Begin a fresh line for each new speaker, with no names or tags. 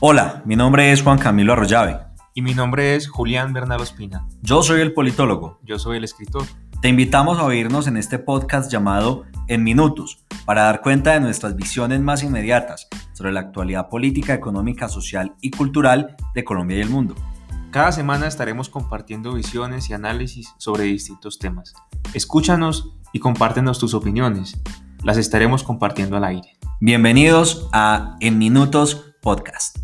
Hola, mi nombre es Juan Camilo Arroyave.
Y mi nombre es Julián Bernal Ospina.
Yo soy el politólogo.
Yo soy el escritor.
Te invitamos a oírnos en este podcast llamado En Minutos para dar cuenta de nuestras visiones más inmediatas sobre la actualidad política, económica, social y cultural de Colombia y el mundo.
Cada semana estaremos compartiendo visiones y análisis sobre distintos temas. Escúchanos y compártenos tus opiniones. Las estaremos compartiendo al aire.
Bienvenidos a En Minutos Podcast.